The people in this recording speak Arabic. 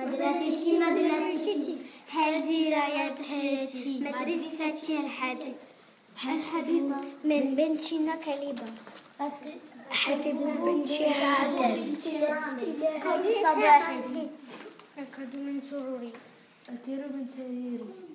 مدرستي مدرستي هذه رايتي مدرستي الحديث الحبيبة من بنتنا كليبة حتب بنتها عدل صباحي أكاد من سروري أطير من سريري